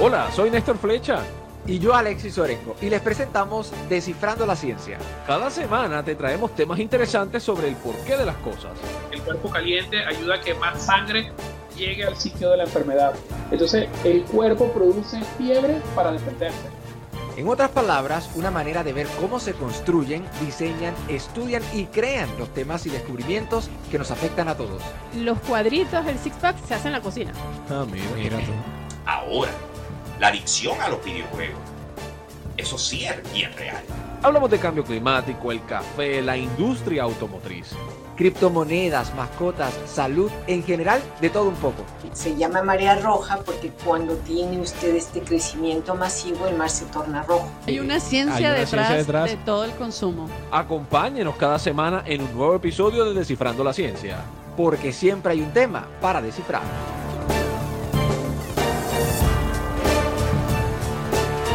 Hola, soy Néstor Flecha. Y yo, Alexis Orengo, y les presentamos Descifrando la Ciencia. Cada semana te traemos temas interesantes sobre el porqué de las cosas. El cuerpo caliente ayuda a que más sangre llegue al sitio de la enfermedad. Entonces, el cuerpo produce fiebre para defenderse. En otras palabras, una manera de ver cómo se construyen, diseñan, estudian y crean los temas y descubrimientos que nos afectan a todos. Los cuadritos, el six-pack se hacen en la cocina. Ah, mira, mira Ahora, la adicción a los videojuegos. Eso sí es bien real. Hablamos de cambio climático, el café, la industria automotriz. Criptomonedas, mascotas, salud, en general, de todo un poco. Se llama marea roja porque cuando tiene usted este crecimiento masivo, el mar se torna rojo. Hay una ciencia, Hay una detrás, ciencia detrás. de todo el consumo. Acompáñenos cada semana en un nuevo episodio de Descifrando la Ciencia. Porque siempre hay un tema para descifrar.